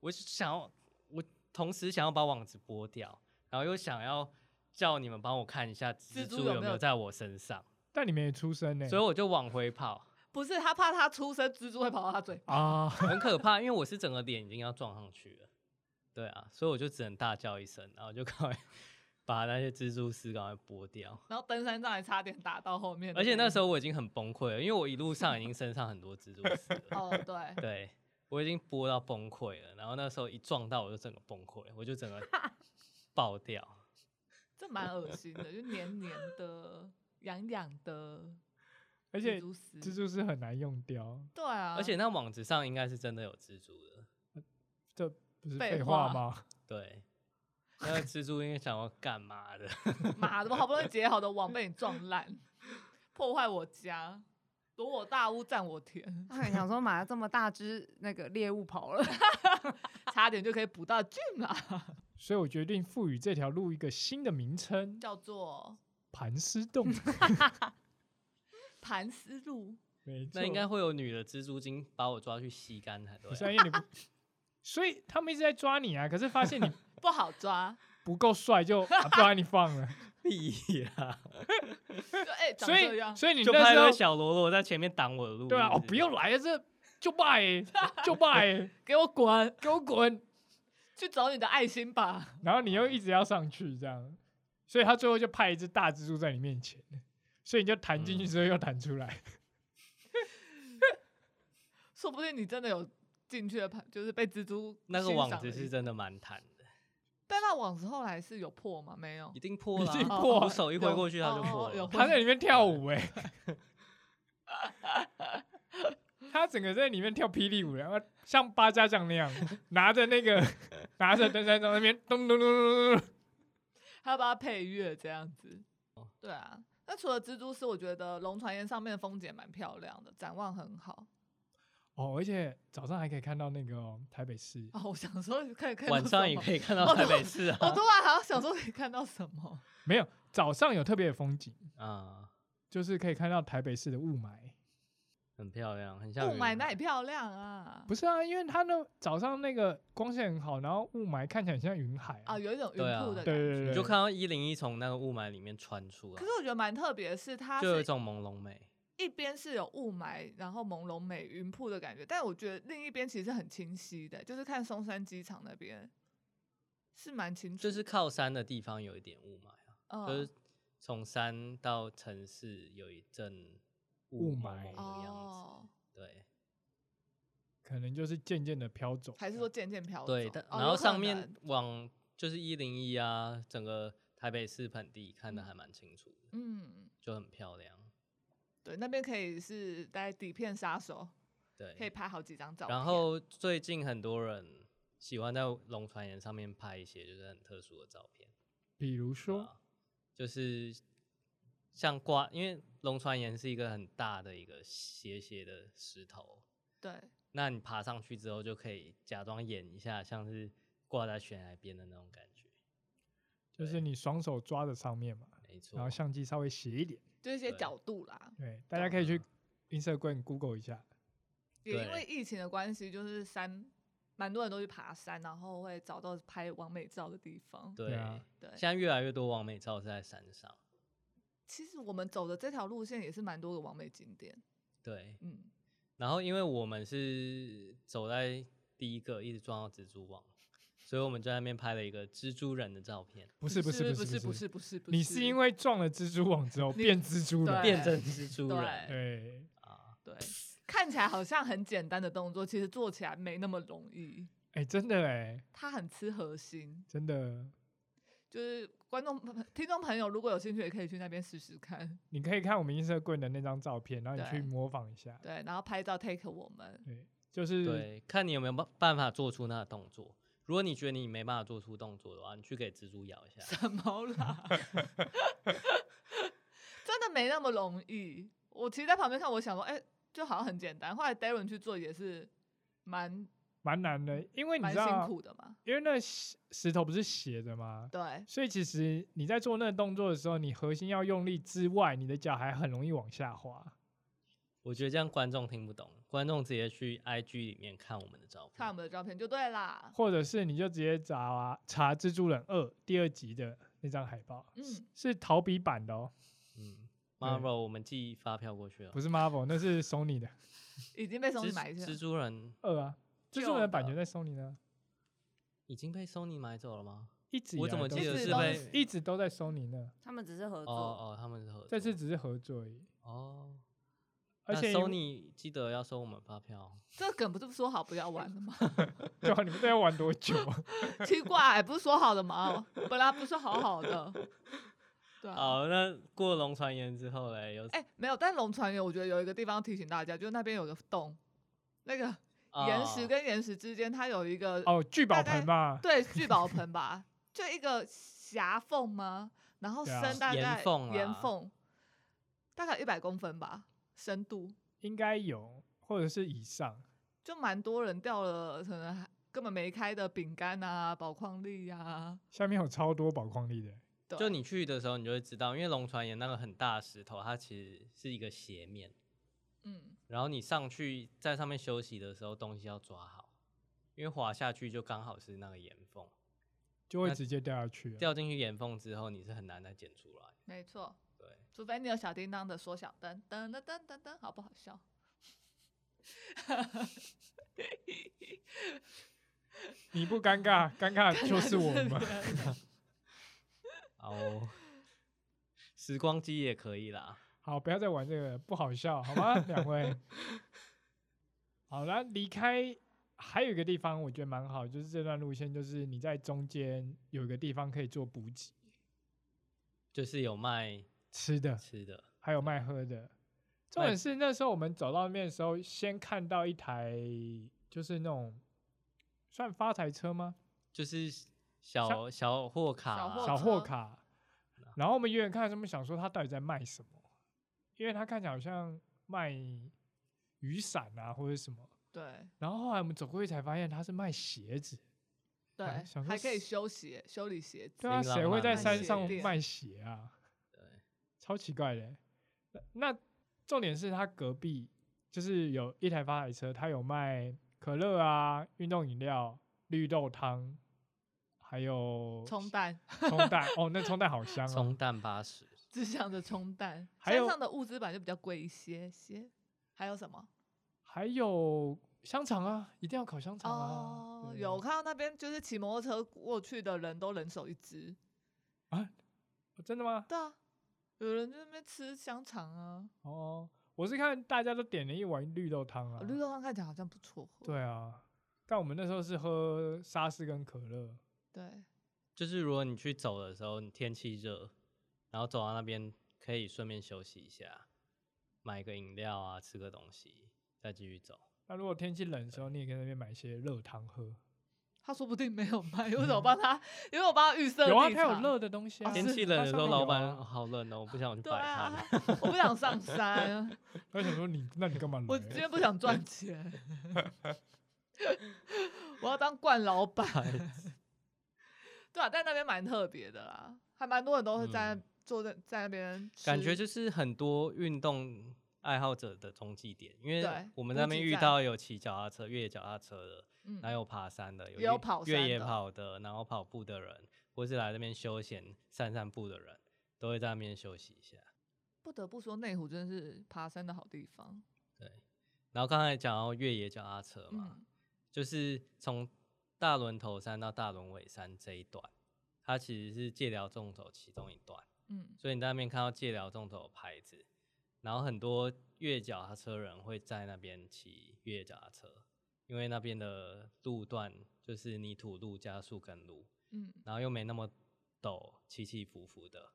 Speaker 4: 我就想要，我同时想要把网子拨掉，然后又想要叫你们帮我看一下蜘
Speaker 1: 蜘蛛
Speaker 4: 蛛
Speaker 1: 有
Speaker 4: 有
Speaker 1: 没
Speaker 4: 没有
Speaker 1: 有
Speaker 4: 在我身上，
Speaker 3: 但你没出声呢、
Speaker 4: 所以我就往回跑，
Speaker 1: 不是他怕他出生蜘蛛会跑到他嘴巴，
Speaker 3: 啊，
Speaker 4: 很可怕，因为我是整个脸已经要撞上去了，对啊，所以我就只能大叫一声，然后就赶快把那些蜘蛛丝赶快拨掉。
Speaker 1: 然后登山杖还差点打到后面的那
Speaker 4: 而
Speaker 1: 一个。
Speaker 4: 且那时候我已经很崩溃了，因为我一路上已经身上很多蜘蛛丝了。
Speaker 1: 哦， 对，
Speaker 4: 对我已经播到崩溃了，然后那时候一撞到我就整个崩溃，我就整个爆掉。
Speaker 1: 这蛮恶心的，就黏黏的、痒痒的，
Speaker 3: 而且
Speaker 1: 蜘蛛丝，
Speaker 3: 蜘蛛丝很难用掉，
Speaker 1: 对啊，
Speaker 4: 而且那网子上应该是真的有蜘蛛的，
Speaker 3: 这不是
Speaker 1: 废
Speaker 3: 废话
Speaker 1: 话
Speaker 3: 吗？
Speaker 4: 对，那个蜘蛛应该想要干嘛的？
Speaker 1: 妈的，我好不容易结好的网被你撞烂，破坏我家，夺我大屋占我田，
Speaker 2: 他很想说，买了这么大只那个猎物跑了，
Speaker 1: 差点就可以捕到啊俊了，
Speaker 3: 所以我决定赋予这条路一个新的名称
Speaker 1: 叫做
Speaker 3: ——盘丝 洞。
Speaker 1: 盘丝路。
Speaker 3: 没错，
Speaker 4: 那应该会有女的蜘蛛精把我抓去吸干才 对
Speaker 3: 不是啊
Speaker 4: 啊。
Speaker 3: 因为 你不，所以他们一直在抓你啊，可是发现你
Speaker 1: 不好抓，
Speaker 3: 不够帅就、 啊、不让你放了，
Speaker 4: 屁呀！
Speaker 1: 就哎、长
Speaker 3: 所
Speaker 1: 这
Speaker 3: 以
Speaker 1: 样，
Speaker 3: 所以你
Speaker 4: 就拍
Speaker 3: 那
Speaker 4: 了
Speaker 3: 时候
Speaker 4: 小罗罗在前面挡我的路。
Speaker 3: 对啊，
Speaker 4: 是
Speaker 3: 哦
Speaker 4: 是
Speaker 3: 不用，来了，这就拜、就拜、
Speaker 1: 给我滚，
Speaker 3: 给我滚！
Speaker 1: 去找你的爱心吧。
Speaker 3: 然后你又一直要上去这样，所以他最后就派一只大蜘蛛在你面前，所以你就弹进去之后又弹出来，
Speaker 1: 说不定你真的有进去的盘，就是被蜘蛛
Speaker 4: 那个
Speaker 1: 欣
Speaker 4: 网
Speaker 1: 赏
Speaker 4: 子
Speaker 1: 了
Speaker 4: 是
Speaker 1: 一，
Speaker 4: 真的蛮弹的，
Speaker 1: 但那网子后来是有破吗？没有
Speaker 4: 一，定破了啊，
Speaker 3: 一定破
Speaker 4: 我手一挥
Speaker 1: 有
Speaker 4: 过去它就
Speaker 1: 哦哦
Speaker 4: 破
Speaker 1: 有
Speaker 4: 了。
Speaker 3: 他在里面跳舞哎、他整个在里面跳霹雳舞，然后像八家将那样，拿着那个拿着登山杖那边咚咚咚咚咚咚，
Speaker 1: 还要把它配乐这样子。
Speaker 4: 哦
Speaker 1: 对啊，那除了蜘蛛丝，我觉得龙船岩上面的风景也蛮漂亮的，展望很好。
Speaker 3: 哦，而且早上还可以看到那个哦、台北市，
Speaker 1: 哦，我想说可 以看到
Speaker 4: 晚上
Speaker 1: 什
Speaker 4: 也
Speaker 1: 么哦
Speaker 4: 可以看到
Speaker 1: 我
Speaker 4: 台
Speaker 1: 都
Speaker 4: 北市啊
Speaker 1: 我突然好像想说可以看到什么，
Speaker 3: 没有早上有特别的风景，
Speaker 4: 啊，
Speaker 3: 就是可以看到台北市的雾霾。
Speaker 4: 很 漂亮，很像
Speaker 1: 雾霾
Speaker 4: 云
Speaker 1: 那
Speaker 4: 海
Speaker 1: 也漂亮啊。
Speaker 3: 不是啊，因为它那早上那个光线很好，然后雾霾看起来很像云海
Speaker 1: 啊，有一种云
Speaker 4: 对啊
Speaker 1: 雾的感觉。
Speaker 3: 对对对，
Speaker 4: 你就看到一零一从那个雾霾里面穿出来
Speaker 1: 可，是我觉得蛮特别，的是它
Speaker 4: 就有一
Speaker 1: 是
Speaker 4: 种朦胧美。
Speaker 1: 一边是有雾霾，然后朦胧美云瀑的感觉，但我觉得另一边其实很清晰的，就是看松山机场那边是蛮清楚的，
Speaker 4: 就是靠山的地方有一点雾霾啊，
Speaker 1: 嗯
Speaker 4: 就是从山到城市有一阵
Speaker 3: 雾
Speaker 4: 蒙
Speaker 3: 霾
Speaker 4: 蒙的样
Speaker 1: 哦，
Speaker 4: 子。对
Speaker 3: 可能就是渐渐的飘走，
Speaker 1: 还是说渐渐飘
Speaker 4: 对，
Speaker 1: 走
Speaker 4: 但
Speaker 1: 哦
Speaker 4: 然后
Speaker 1: 有可
Speaker 4: 上面
Speaker 1: 能
Speaker 4: 往就是一零一啊，整个台北市盆地看的还蛮清楚的，
Speaker 1: 嗯，
Speaker 4: 就很漂亮。
Speaker 1: 对，那边可以是在底片杀手，可以
Speaker 4: 对，
Speaker 1: 拍好几张照片。
Speaker 4: 然后最近很多人喜欢在龙船岩上面拍一些就是很特殊的照片。
Speaker 3: 比如说
Speaker 4: 啊，就是像挂，因为龙船岩是一个很大的一个斜斜的石头，
Speaker 1: 对，
Speaker 4: 那你爬上去之后就可以假装演一下，像是挂在悬崖边的那种感觉。
Speaker 3: 就是你双手抓着上面嘛，
Speaker 4: 没错
Speaker 3: 然后，相机稍微斜一点，
Speaker 1: 就是一些
Speaker 4: 对
Speaker 1: 角度啦，
Speaker 3: 对，大家可以去 Instagram Google 一下，
Speaker 1: 也因
Speaker 4: 对
Speaker 1: 为疫情的关系，就是山，蛮多人都去爬山，然后会找到拍完美照的地方。
Speaker 4: 对。
Speaker 3: 啊
Speaker 1: 对，
Speaker 4: 现在越来越多完美照是在山上，
Speaker 1: 其实我们走的这条路线也是蛮多个完美景点。
Speaker 4: 对。
Speaker 1: 嗯，
Speaker 4: 然后因为我们是走在第一个，一直撞到蜘蛛网，所以我们就在那边拍了一个蜘蛛人的照片，
Speaker 3: 不是不
Speaker 1: 是
Speaker 3: 不
Speaker 1: 不不
Speaker 3: 是是，
Speaker 1: 是不是不是，
Speaker 3: 你是因为撞了蜘蛛网之后变蜘蛛人，
Speaker 1: 对
Speaker 4: 变成蜘蛛人
Speaker 1: 对
Speaker 3: 对，
Speaker 4: 啊，
Speaker 1: 对看起来好像很简单的动作，其实做起来没那么容易，
Speaker 3: 哎，真的哎，
Speaker 1: 它很吃核心。
Speaker 3: 真的，
Speaker 1: 就是观众朋听众朋友如果有兴趣，也可以去那边试试看。
Speaker 3: 你可以看我们音色棍的那张照片，然后你
Speaker 1: 对
Speaker 3: 去模仿一下，
Speaker 1: 对，然后拍照 take 我们，
Speaker 3: 对，就是
Speaker 4: 对，看你有没有办办法做出那个动作。如果你觉得你没办法做出动作的话，你去给蜘蛛咬一下。
Speaker 1: 什 么啦？真的没那么容易。我其实在旁边看，我想说，哎、就好像很简单。后来 Darren 去做也是蛮
Speaker 4: 哎
Speaker 3: 蛮难的，因为你
Speaker 1: 蛮
Speaker 3: 知
Speaker 1: 辛
Speaker 4: 啊
Speaker 3: 道，啊
Speaker 1: 苦的嘛。
Speaker 3: 因为那石石头不是斜的吗？
Speaker 1: 对
Speaker 3: 所以其实你在做那个动作的时候，你核心要用力之外，你的脚还很容易往下滑。
Speaker 4: 我觉得这样观众听不懂，观众直接去 IG 里面看我们的照
Speaker 1: 看我
Speaker 4: 片。
Speaker 1: 们的照片就对啦。
Speaker 3: 或者是你就直接查、查《蜘蛛人二》第二集的那张海报，
Speaker 1: 嗯
Speaker 3: 是是陶比版的哦，
Speaker 4: 嗯
Speaker 3: 对
Speaker 4: ，Marvel 我们寄发票过去了
Speaker 3: 不。是 Marvel，那是 Sony 的
Speaker 1: 已经被送
Speaker 4: 蜘
Speaker 1: 去买去
Speaker 4: 蜘
Speaker 1: 了。
Speaker 4: 蛛人
Speaker 3: 二啊。
Speaker 1: 旧
Speaker 3: 蜘蛛人的版
Speaker 1: 的
Speaker 3: 权在 Sony 呢，
Speaker 4: 已经被 Sony 买走了吗？
Speaker 3: 一直以
Speaker 4: 我
Speaker 3: 来
Speaker 4: 怎么
Speaker 3: 都
Speaker 4: 记得
Speaker 1: 一直
Speaker 4: 是
Speaker 1: 都
Speaker 4: 被？
Speaker 3: 一直都在 Sony 那，
Speaker 2: 他们只是合
Speaker 4: 哦
Speaker 2: 作，
Speaker 4: 哦，他们是合作。
Speaker 3: 这次只是合作而已。
Speaker 4: 哦，
Speaker 3: 而
Speaker 4: 那
Speaker 3: 且因为啊
Speaker 4: Sony 记得要收我们发票。
Speaker 1: 这梗不是说好不要玩的吗？
Speaker 3: 对啊，你们都要玩多久啊？
Speaker 1: 奇怪、不是说好的吗？哦本来不是好好 的。对啊。
Speaker 4: 好，那过龙传言之后嘞，有
Speaker 1: 哎、没有，但龙船员我觉得有一个地方提醒大家，就是那边有个洞，那个岩石
Speaker 4: 哦
Speaker 1: 跟岩石之间，它有一个、
Speaker 3: 啊哦，聚宝
Speaker 1: 大概
Speaker 3: 盆嘛，
Speaker 1: 对聚宝盆吧，就一个狭缝吗？然后
Speaker 3: 对啊
Speaker 1: 深大概
Speaker 4: 岩缝
Speaker 1: 岩
Speaker 4: 啦
Speaker 1: 缝大概一百公分吧，深度
Speaker 3: 应该有，或者是以上。
Speaker 1: 就蛮多人掉了，可能还根本没开的饼干啊、宝矿力啊，
Speaker 3: 下面有超多宝矿力的，
Speaker 1: 对
Speaker 4: 就你去的时候，你就会知道，因为龙船岩那个很大的石头，它其实是一个斜面，
Speaker 1: 嗯，
Speaker 4: 然后你上去在上面休息的时候，东西要抓好，因为滑下去就刚好是那个岩缝，
Speaker 3: 就会
Speaker 4: 那
Speaker 3: 直接掉下去了。
Speaker 4: 掉进去岩缝之后，你是很难再捡出来。
Speaker 1: 没错，
Speaker 4: 对，
Speaker 1: 除非你有小叮当的缩小灯，噔噔噔噔噔，好不好笑？
Speaker 3: 你不尴尬，尴尬的就是我们。
Speaker 4: 哦，时光机也可以啦。
Speaker 3: 好，不要再玩这个，不好笑，好吗？两 位。好了，离开还有一个地方，我觉得蛮好，就是这段路线，就是你在中间有一个地方可以做补给，
Speaker 4: 就是有卖
Speaker 3: 吃的
Speaker 4: 吃的，
Speaker 3: 还有卖喝的。重点是那时候我们走到那边的时候，先看到一台就是那种算发财车吗？
Speaker 4: 就是小小货卡
Speaker 1: 小
Speaker 4: 啊、
Speaker 1: 货
Speaker 3: 小货
Speaker 1: 车
Speaker 3: 卡。然后我们远远看，他们想说他到底在卖什么，因为他看起来好像卖雨伞啊或者什么。
Speaker 1: 对
Speaker 3: 然后后来我们走过去才发现他是卖鞋子，
Speaker 1: 对
Speaker 3: 哎想，说
Speaker 1: 还可以
Speaker 3: 是
Speaker 1: 修鞋、修理鞋子。
Speaker 3: 对啊，
Speaker 4: 琳琅
Speaker 3: 谁会
Speaker 4: 满
Speaker 3: 在
Speaker 4: 目
Speaker 3: 山
Speaker 1: 鞋
Speaker 3: 上
Speaker 1: 店
Speaker 3: 卖鞋啊？
Speaker 4: 对，
Speaker 3: 超奇怪的欸、那那重点是他隔壁就是有一台发财车，他有卖可乐啊、运动饮料、绿豆汤，还有
Speaker 1: 冲 蛋，
Speaker 3: 冲蛋哦，那冲蛋好 香哦。
Speaker 4: 冲蛋八十，
Speaker 1: 只想着冲蛋。
Speaker 3: 还
Speaker 1: 山
Speaker 3: 有
Speaker 1: 上的物资版就比较贵一些些。还有什么？
Speaker 3: 还有香肠啊，一定要烤香肠啊。
Speaker 1: 哦，
Speaker 3: 对
Speaker 1: 有看到那边就是骑摩托车过去的人都人手一只。
Speaker 3: 哦真的吗？
Speaker 1: 对啊，有人在那边吃香肠啊，
Speaker 3: 哦，我是看大家都点了一碗绿豆汤啊。
Speaker 1: 哦绿豆汤看起来好像不错喝。
Speaker 3: 对啊，但我们那时候是喝沙士跟可乐，
Speaker 1: 对
Speaker 4: 就是如果你去走的时候，你天气热，然后走到那边可以顺便休息一下，买个饮料啊，吃个东西，再继续走。
Speaker 3: 那如果天气冷的时候，你也可以在那边买一些热汤喝。
Speaker 1: 他说不定没有 卖，因为我帮他，因为我帮他预设
Speaker 3: 有啊，
Speaker 1: 立
Speaker 3: 它有
Speaker 1: 场
Speaker 3: 热的东西 啊。
Speaker 1: 哦
Speaker 4: 天
Speaker 1: 是
Speaker 4: 气
Speaker 3: 它
Speaker 4: 冷的时
Speaker 3: 上
Speaker 4: 候，
Speaker 3: 面有
Speaker 4: 老板、
Speaker 3: 啊
Speaker 4: 哦好冷哦，我不想去
Speaker 1: 对
Speaker 4: 摆摊。
Speaker 1: 啊，我不想上山。啊
Speaker 3: 他想说你，那你干嘛来？
Speaker 1: 我今天不想赚 钱， 我要当惯老板。 对啊，在那边蛮特别的啦，还蛮多人都会在、
Speaker 4: 嗯
Speaker 1: 坐在在那边吃，
Speaker 4: 感觉就是很多运动爱好者的中继点，因为
Speaker 1: 对
Speaker 4: 我们那
Speaker 1: 补
Speaker 4: 边
Speaker 1: 给
Speaker 4: 遇
Speaker 1: 站
Speaker 4: 到有骑脚踏车、越野脚踏车的，
Speaker 1: 嗯
Speaker 4: 然后有爬山的，有
Speaker 1: 也有
Speaker 4: 越
Speaker 1: 跑
Speaker 4: 越
Speaker 1: 山
Speaker 4: 野
Speaker 1: 的
Speaker 4: 跑的，然后跑步的人，或是来这边休闲散散步的人，都会在那边休息一下。
Speaker 1: 不得不说内湖真的是爬山的好地方。
Speaker 4: 对，然后刚才讲到越野脚踏车嘛，
Speaker 1: 嗯，
Speaker 4: 就是从大轮头山到大轮尾山这一段，它其实是借寮纵走其中一段，
Speaker 1: 嗯，
Speaker 4: 所以你在那边看到借寮纵走的牌子，然后很多越脚踏车人会在那边骑越脚踏车，因为那边的路段就是泥土路加树根路，
Speaker 1: 嗯，
Speaker 4: 然后又没那么陡，起起伏伏的，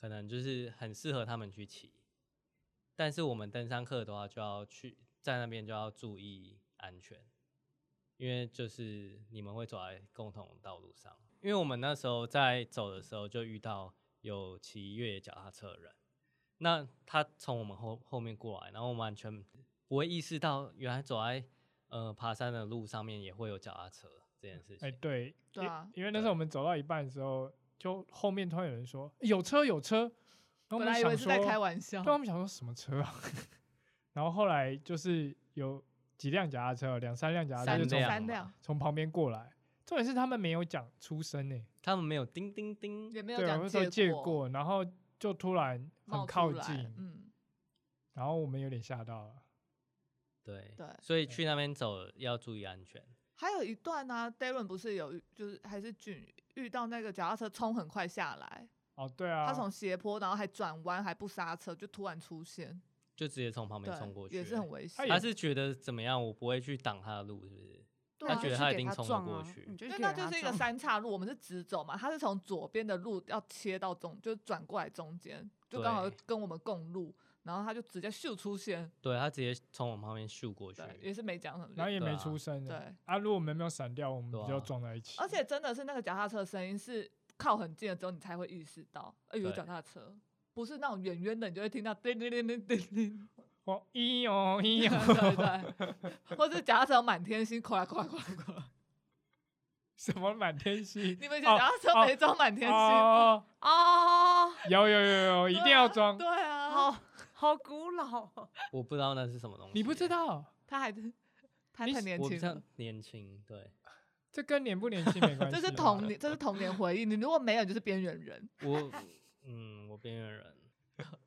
Speaker 4: 可能就是很适合他们去骑。但是我们登山客的话，就要去在那边就要注意安全，因为就是你们会走在共同道路上。因为我们那时候在走的时候，就遇到有骑越野脚踏车的人，那他从我们后后面过来，然后我们完全不会意识到，原来走在呃爬山的路上面也会有脚踏车这件事情。
Speaker 3: 哎，对，
Speaker 1: 对
Speaker 3: 因
Speaker 1: 啊
Speaker 3: 因为那时候我们走到一半的时候，就后面突然有人说欸有车有车，然后我
Speaker 1: 本
Speaker 3: 们
Speaker 1: 来以为
Speaker 3: 想
Speaker 1: 是在
Speaker 3: 说
Speaker 1: 开玩笑
Speaker 3: 对，，我们想说什么车啊？ 然后后来就是有几辆脚踏车，两三辆脚踏
Speaker 1: 三
Speaker 3: 车就
Speaker 4: 三
Speaker 3: 从
Speaker 4: 辆
Speaker 1: 三
Speaker 4: 嘛
Speaker 1: 辆
Speaker 3: 从旁边过来。重点是他们没有讲出声呢、
Speaker 4: 他们没有叮叮叮，
Speaker 1: 也没有
Speaker 3: 对，我
Speaker 1: 讲
Speaker 3: 们说借
Speaker 1: 借，
Speaker 3: 过，然后就突然
Speaker 1: 冒
Speaker 3: 很
Speaker 1: 出
Speaker 3: 靠
Speaker 1: 来
Speaker 3: 近，
Speaker 1: 嗯，
Speaker 3: 然后我们有点吓到了。
Speaker 4: 对
Speaker 1: 对
Speaker 4: 所以去那边走要注意安全。
Speaker 1: 还有一段呢、啊、，Darren 不是有遇就是还是俊遇到那个脚踏车冲很快下来，
Speaker 3: 哦，对啊，
Speaker 1: 他从斜坡然后还转弯还不刹车，就突然出现，
Speaker 4: 就直接从旁边
Speaker 1: 对
Speaker 4: 冲过，去，
Speaker 1: 也是很危险
Speaker 3: 他。也
Speaker 4: 他是觉得怎么样，我不会去挡他的路，是不是？
Speaker 1: 对
Speaker 4: 他
Speaker 1: 啊
Speaker 4: 觉得
Speaker 2: 就
Speaker 4: 他
Speaker 2: 是
Speaker 4: 一
Speaker 2: 给
Speaker 4: 定
Speaker 2: 他
Speaker 4: 冲得
Speaker 2: 撞
Speaker 4: 过
Speaker 2: 啊
Speaker 4: 去
Speaker 2: 你就
Speaker 1: 因为
Speaker 2: 给
Speaker 1: 那
Speaker 2: 他
Speaker 1: 就是一个
Speaker 2: 撞
Speaker 1: 三岔路，我们是直走嘛，他是从左边的路要切到中，就转过来中间，就刚好
Speaker 4: 对
Speaker 1: 跟我们共路，然后他就直接咻出现，
Speaker 4: 对他直接从我们旁边咻过去
Speaker 1: 对，，也是没讲什么
Speaker 3: 然后
Speaker 1: 就。
Speaker 3: 也
Speaker 4: 对
Speaker 3: 没
Speaker 4: 啊
Speaker 3: 出声呢、
Speaker 1: 对
Speaker 3: 啊，如果我们没有闪掉，我们
Speaker 4: 对
Speaker 3: 就
Speaker 4: 啊
Speaker 3: 撞在一起。
Speaker 1: 而且真的是那个脚踏车的声音是靠很近了之后，你才会意识到，哎、有
Speaker 4: 对
Speaker 1: 脚踏车，不是那种远远的你就会听到叮叮叮叮叮叮，
Speaker 3: 哦，咦哦 咦
Speaker 1: 对
Speaker 3: 哦，
Speaker 1: 对对，或者脚踏车有满天星，哗啦哗啦哗啦哗啦，
Speaker 3: 什么满天星？
Speaker 1: 你们以前脚
Speaker 3: 哦
Speaker 1: 踏车没装满天星吗？
Speaker 3: 哦，
Speaker 2: 哦，
Speaker 3: 有有有有，一定要
Speaker 1: 对啊
Speaker 3: 装。哦
Speaker 1: 对啊，
Speaker 2: 好好古老 哦，
Speaker 4: 我不知道那是什么东西，
Speaker 3: 你不知，道，
Speaker 1: 他还是他
Speaker 3: 你
Speaker 1: 太
Speaker 3: 是
Speaker 1: 年
Speaker 4: 我比
Speaker 1: 轻
Speaker 4: 较
Speaker 1: 了。
Speaker 4: 年轻，对
Speaker 3: 这跟年不年轻没关系
Speaker 1: 这
Speaker 3: 啦。
Speaker 1: 是童年，这 是童年回忆。你如果没有，你就是边缘人。
Speaker 4: 我，嗯，我边缘人，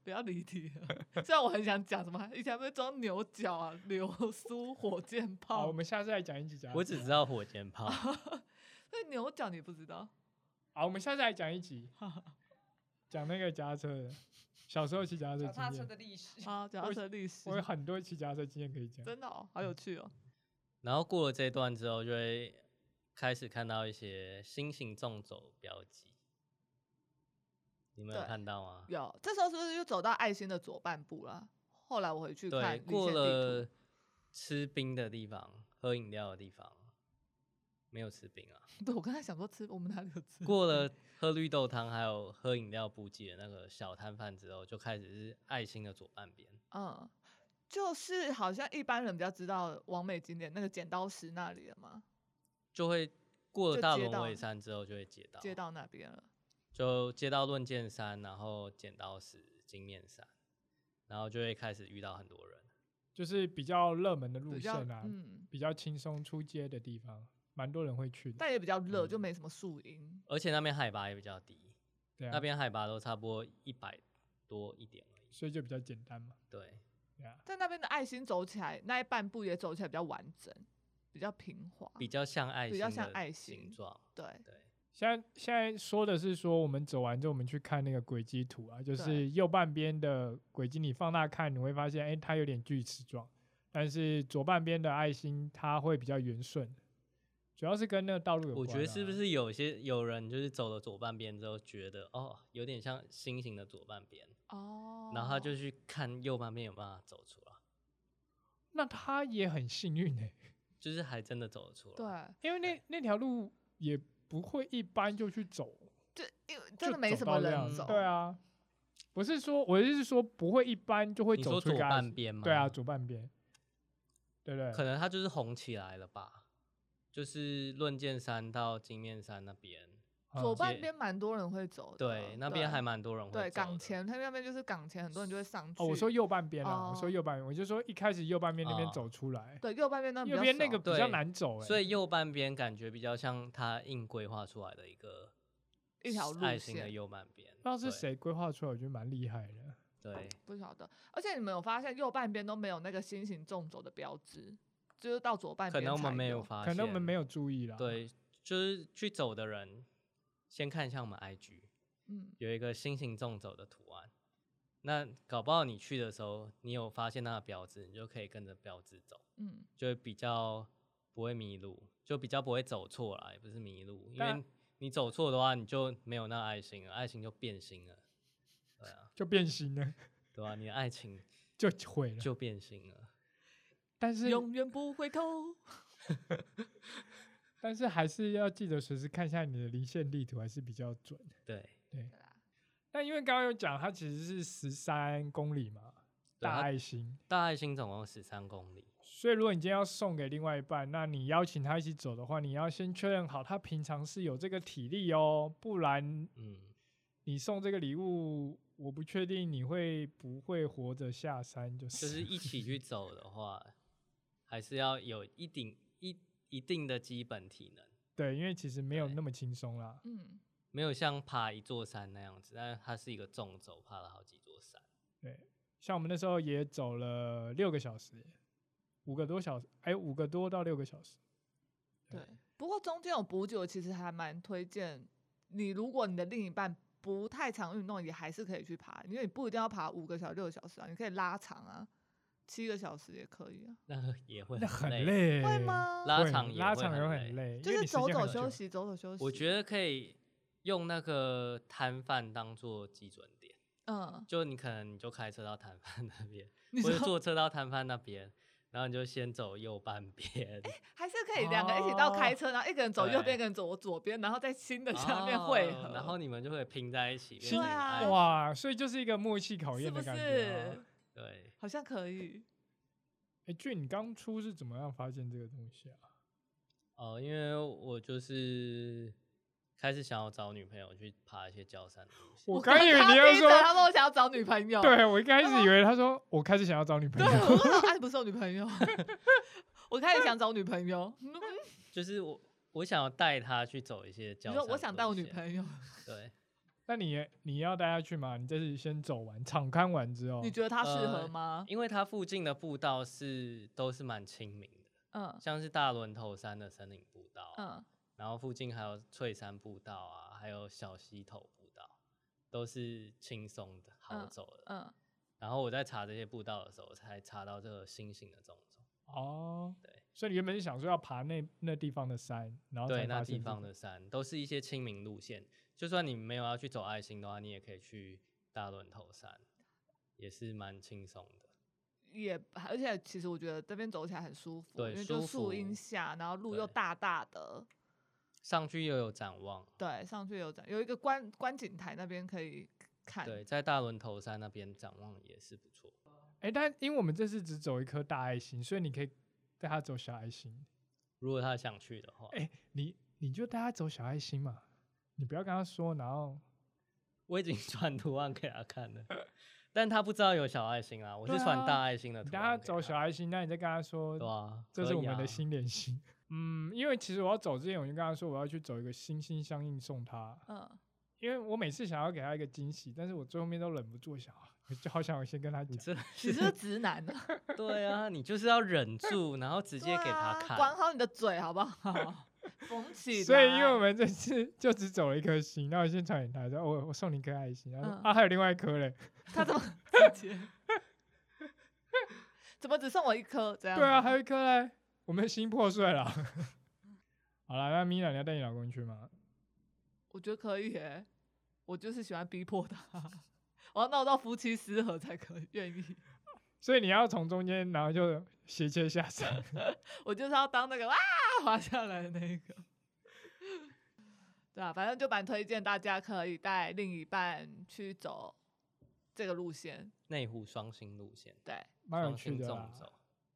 Speaker 1: 不要离题了。 虽然我很想讲什么，以前不是装牛角啊、流苏、火箭
Speaker 3: 好，
Speaker 1: 炮
Speaker 3: 我，们下次来讲一集脚踏车。
Speaker 4: 我只知道火 箭炮，
Speaker 1: 那牛角你不知 道？
Speaker 3: 好，我们下次来讲一集，讲那个脚踏车的，小时候骑脚踏车经验。
Speaker 2: 历史
Speaker 1: 啊，脚踏车历史
Speaker 3: 我有很多骑脚踏车经验可以讲。
Speaker 1: 真的哦，好有 趣哦。
Speaker 4: 然后过了这一段之后，就会开始看到一些新型纵走标记，你们有
Speaker 1: 对
Speaker 4: 看到吗？
Speaker 1: 有，这时候是不是就走到爱心的左半部啦？后来我回去看
Speaker 4: 对，
Speaker 1: 离线
Speaker 4: 过
Speaker 1: 地
Speaker 4: 了
Speaker 1: 图，
Speaker 4: 吃冰的地方，喝饮料的地方，没有吃冰啊。
Speaker 1: 对我刚才想说吃，我们哪里有吃？
Speaker 4: 过了喝绿豆汤还有喝饮料补给的那个小摊贩之后，就开始是爱心的左半边。
Speaker 1: 嗯，就是好像一般人比较知道王美景点那个剪刀石那里了嘛，
Speaker 4: 就会过了
Speaker 1: 就
Speaker 4: 大
Speaker 1: 街
Speaker 4: 轮
Speaker 1: 道
Speaker 4: 尾山之后就会接到，
Speaker 1: 街道那边了。
Speaker 4: 就接到论剑山，然后剪刀石、金面山，然后就会开始遇到很多人。
Speaker 3: 就是比较热门的路
Speaker 1: 比较
Speaker 3: 线啊，
Speaker 1: 嗯，
Speaker 3: 比较轻松出街的地方，蛮多人会去的。
Speaker 1: 但也比较热，就
Speaker 4: 嗯
Speaker 1: 没什么树荫。
Speaker 4: 而且那边海拔也比较低，
Speaker 3: 对啊，
Speaker 4: 那边海拔都差不多一百多一点而已。
Speaker 3: 所以就比较简单嘛。
Speaker 4: 对，
Speaker 3: 对啊，
Speaker 1: 在那边的爱心走起来，那一半步也走起来比较完整，比较平滑，
Speaker 4: 比较像爱
Speaker 1: 哦比
Speaker 4: 心，
Speaker 1: 较像爱
Speaker 4: 形
Speaker 1: 心
Speaker 4: 状。
Speaker 1: 对，
Speaker 4: 对，
Speaker 3: 现在现在说的是说我们走完之后，我们去看那个轨迹图啊，就是
Speaker 1: 对
Speaker 3: 右半边的轨迹，你放大看你会发现，哎、它有点锯齿状，但是左半边的爱心它会比较圆顺，主要是跟那个道路有
Speaker 4: 我
Speaker 3: 关、啊
Speaker 4: 觉得是不？是有些有人就是走了左半边之后，觉得哦有点像心形的左半边，
Speaker 1: 哦
Speaker 4: 然后他就去看右半边有没有办法走出来，
Speaker 3: 那它也很幸运哎、
Speaker 4: 就是还真的走得出来。
Speaker 1: 对，，
Speaker 3: 因为那那条路也不会一般就去走，
Speaker 1: 就因为
Speaker 3: 就
Speaker 1: 真的没
Speaker 3: 走
Speaker 1: 什
Speaker 3: 到
Speaker 1: 么
Speaker 3: 这样
Speaker 1: 人
Speaker 3: 子
Speaker 1: 走，
Speaker 3: 对，啊，不是说我的意思是说不会一般就会
Speaker 4: 你
Speaker 3: 走
Speaker 4: 说
Speaker 3: 出一
Speaker 4: 左
Speaker 3: 个爱
Speaker 4: 半
Speaker 3: 心，
Speaker 4: 边吗？
Speaker 3: 对啊，左半边，对不对？
Speaker 4: 可能他就是红起来了吧，就是论剑山到金面山那边，
Speaker 3: 嗯
Speaker 1: 左半
Speaker 4: 街
Speaker 1: 边蛮多人会走的，
Speaker 4: 对，那边还蛮多人会
Speaker 1: 对
Speaker 4: 走的
Speaker 1: 港前，他那边就是港前，很多人就会上去。
Speaker 3: 哦，我说右半边啊，我说
Speaker 1: 哦
Speaker 3: 右半边，我就说一开始右半边那边
Speaker 4: 哦
Speaker 3: 走出来，
Speaker 1: 对右半边那比
Speaker 3: 右
Speaker 1: 较
Speaker 3: 边那
Speaker 1: 少
Speaker 3: 个比较
Speaker 4: 对
Speaker 3: 难走、欸，
Speaker 4: 所以右半边感觉比较像他硬规划出来的一个
Speaker 1: 一条路
Speaker 4: 爱心的
Speaker 1: 线
Speaker 4: 右半边，
Speaker 3: 不知道是
Speaker 4: 对？
Speaker 3: 谁规划出来，我觉得蛮厉害的。
Speaker 4: 对，
Speaker 1: 不晓得，而且你们有发现右半边都没有那个心形纵走的标志，就是到左半
Speaker 4: 可
Speaker 1: 边
Speaker 4: 能我们
Speaker 1: 才
Speaker 4: 没
Speaker 1: 有
Speaker 4: 有，发现，
Speaker 3: 可能我们没有注意啦。
Speaker 4: 对，就是去走的人，先看一下我们 IG
Speaker 1: 嗯，
Speaker 4: 有一个心形纵走的图案。那搞不好你去的时候，你有发现它的标志，你就可以跟着标志走，
Speaker 1: 嗯，
Speaker 4: 就会比较不会迷路，就比较不会走错啦，也不是迷路，因
Speaker 3: 但
Speaker 4: 为你走错的话，你就没有那爱心了，爱心就变心了，对啊，
Speaker 3: 就变形了，
Speaker 4: 对啊，你的爱情
Speaker 3: 就毁了。
Speaker 4: 就变心了。
Speaker 3: 但是
Speaker 1: 永远不回头。
Speaker 3: 但是还是要记得随时看一下你的离线地图，还是比较准。
Speaker 4: 对，
Speaker 3: 对。但因为刚刚有讲，它其实是十三公里嘛，
Speaker 4: 对
Speaker 3: 大
Speaker 4: 啊它
Speaker 3: 爱心。
Speaker 4: 大爱心总共十三公里，
Speaker 3: 所以如果你今天要送给另外一半，那你邀请他一起走的话，你要先确认好他平常是有这个体力哦，不然
Speaker 4: 嗯，
Speaker 3: 你送这个礼物，我不确定你会不会活着下山，就是
Speaker 4: 就是一起去走的话，还是要有一定一一定的基本体能，
Speaker 3: 对，因为其实没有
Speaker 4: 对
Speaker 3: 那么轻松啦。
Speaker 1: 嗯，
Speaker 4: 没有像爬一座山那样子，但是它是一个纵走，爬了好几座山，
Speaker 3: 像我们那时候也走了六个小时，五个多小时，哎，五个多到六个小时。
Speaker 1: 对。不过中间有补给，我其实还蛮推荐你，如果你的另一半不太常运动，也还是可以去爬，因为你不一定要爬五个小时、六个小时啊，你可以拉长啊，七个小时也可以啊。
Speaker 4: 那个也会
Speaker 3: 那
Speaker 4: 很
Speaker 3: 很。累，
Speaker 1: 会？吗？
Speaker 4: 拉长
Speaker 3: 会
Speaker 4: 也
Speaker 3: 拉
Speaker 4: 会
Speaker 3: 长也
Speaker 4: 很
Speaker 3: 会
Speaker 4: 累
Speaker 3: 很累，因
Speaker 1: 就
Speaker 3: 为
Speaker 1: 是
Speaker 3: 你时
Speaker 1: 走
Speaker 3: 间
Speaker 1: 走
Speaker 3: 很久
Speaker 1: 休。息，走走休息。
Speaker 4: 我觉得可以用那个摊贩当做基准点，
Speaker 1: 嗯，
Speaker 4: 就你可能你就开车到摊贩那边，
Speaker 1: 你
Speaker 4: 或者
Speaker 1: 说
Speaker 4: 坐车到摊贩那边，然后你就先走右半边，
Speaker 1: 还是可以两个一起到
Speaker 3: 哦
Speaker 1: 开车，然后一个人走右
Speaker 4: 对
Speaker 1: 边，一个人走左边，然后在新的下面汇
Speaker 4: 哦
Speaker 1: 合，
Speaker 4: 然后你们就会拼在一起，变
Speaker 1: 对
Speaker 4: 成一个
Speaker 1: 啊
Speaker 4: 爱
Speaker 3: 哇，所以就是一个默契考
Speaker 1: 是
Speaker 3: 验
Speaker 1: 不
Speaker 3: 的感觉、啊。
Speaker 1: 是？
Speaker 4: 对，
Speaker 1: 好像可以。
Speaker 3: 哎，俊，你当初是怎么样发现这个东西啊？
Speaker 4: 哦，因为我就是开始想要找女朋友去爬一些高山的路线。
Speaker 3: 我刚以为你
Speaker 1: 他
Speaker 3: 要
Speaker 1: 逼着
Speaker 3: 说，
Speaker 1: 他说我想要找女朋友，
Speaker 3: 对我一开始以为他说，我开始想要找女朋
Speaker 1: 对，
Speaker 3: 友。
Speaker 1: 我说哎，你不是有女朋友， 我开始想找女朋友。 嗯
Speaker 4: 就是我我想要带她去走一些
Speaker 1: 你
Speaker 4: 高山。
Speaker 1: 说我想带我女
Speaker 4: 友。
Speaker 1: 朋友，
Speaker 4: 对，
Speaker 3: 那你你要带他去吗？你这是先走完场看完之后，
Speaker 1: 你觉得她适合
Speaker 4: 呃
Speaker 1: 吗？
Speaker 4: 因为它附近的步道是都是蛮亲民的，
Speaker 1: 嗯
Speaker 4: 像是大轮头山的森林步道、啊，
Speaker 1: 嗯，
Speaker 4: 然后附近还有翠山步道啊，还有小溪头步道，都是轻松的、好
Speaker 1: 嗯
Speaker 4: 走的。
Speaker 1: 嗯，
Speaker 4: 然后我在查这些步道的时候，我才查到这个新型的种种。
Speaker 3: 哦，
Speaker 4: 对，
Speaker 3: 所以你原本是想说要爬那那地方的山，然后才
Speaker 4: 对，那
Speaker 3: 发
Speaker 4: 地
Speaker 3: 现这
Speaker 4: 方
Speaker 3: 个
Speaker 4: 的山都是一些亲民路线，就算你没有要去走爱心的话，你也可以去大轮头山，也是蛮轻松的。
Speaker 1: 也而且其实我觉得这边走起来很舒服，
Speaker 4: 对
Speaker 1: 因为就
Speaker 4: 舒
Speaker 1: 树荫
Speaker 4: 服
Speaker 1: 下，然后路又
Speaker 4: 对
Speaker 1: 大大的，
Speaker 4: 上去又有展望，
Speaker 1: 对，上去有展有一个观观景台那边可以看，
Speaker 4: 对，在大轮头山那边展望也是不错。
Speaker 3: 哎、但因为我们这次只走一颗大爱心，所以你可以带他走小爱心。
Speaker 4: 如果他想去的话，
Speaker 3: 哎、你你就带他走小爱心嘛，你不要跟他说，然后
Speaker 4: 我已经传图案给他看了，但他不知道有小爱心啊，我是
Speaker 3: 对
Speaker 4: 传大
Speaker 3: 啊
Speaker 4: 爱心的
Speaker 3: 你
Speaker 4: 图
Speaker 3: 带
Speaker 4: 案
Speaker 3: 他
Speaker 4: 给
Speaker 3: 走小爱心，那你再跟他说，
Speaker 4: 对啊，
Speaker 3: 这
Speaker 4: 可
Speaker 3: 是
Speaker 4: 以
Speaker 3: 我们
Speaker 4: 啊
Speaker 3: 的心连心。 嗯，因为其实我要走之前，我就跟他说我要去走一个心心相印送他，
Speaker 1: 嗯，
Speaker 3: 因为我每次想要给他一个惊喜，但是我最后面都忍不住想， 我就好想我先跟他
Speaker 4: 你
Speaker 3: 讲。
Speaker 4: 这
Speaker 1: 你是不是直男呢？
Speaker 4: 对啊，你就是要忍住，然后 直
Speaker 1: 直
Speaker 4: 接给他看。
Speaker 1: 啊管好你的嘴好不好？缝起来。
Speaker 3: 所以，因为我们这次就只走了一颗心，那我先传给他，说哦我我送你一颗爱心，然后说、
Speaker 1: 嗯
Speaker 3: 啊还有另外一颗嘞，
Speaker 1: 他 怎么直接怎么只送我一颗？这样
Speaker 3: 对啊，
Speaker 1: 吗
Speaker 3: 还有一颗嘞，我们的心破碎了。 好了，那米娜，你要带你老公去吗？
Speaker 1: 我觉得可以耶、我就是喜欢逼迫他， 我要闹到夫妻失和才可以愿意。
Speaker 3: 所以你要从中间，然后就斜切下山。
Speaker 1: 我就是要当那个啊滑下来的那一个。 对啊，反正就蛮推荐大家可以带另一半去走这个路线。
Speaker 4: 内湖双星路线，
Speaker 1: 对，
Speaker 3: 蛮有
Speaker 4: 双
Speaker 3: 趣
Speaker 4: 星
Speaker 3: 的啊
Speaker 4: 纵
Speaker 3: 啦，
Speaker 4: 走。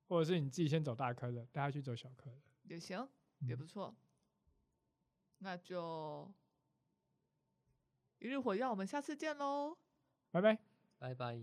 Speaker 3: 或者是你自己先走大颗的，带他去走小颗的。
Speaker 1: 也行，也
Speaker 3: 嗯
Speaker 1: 不错。那就一日火药，我们下次见喽。
Speaker 3: 拜拜。
Speaker 4: 拜拜。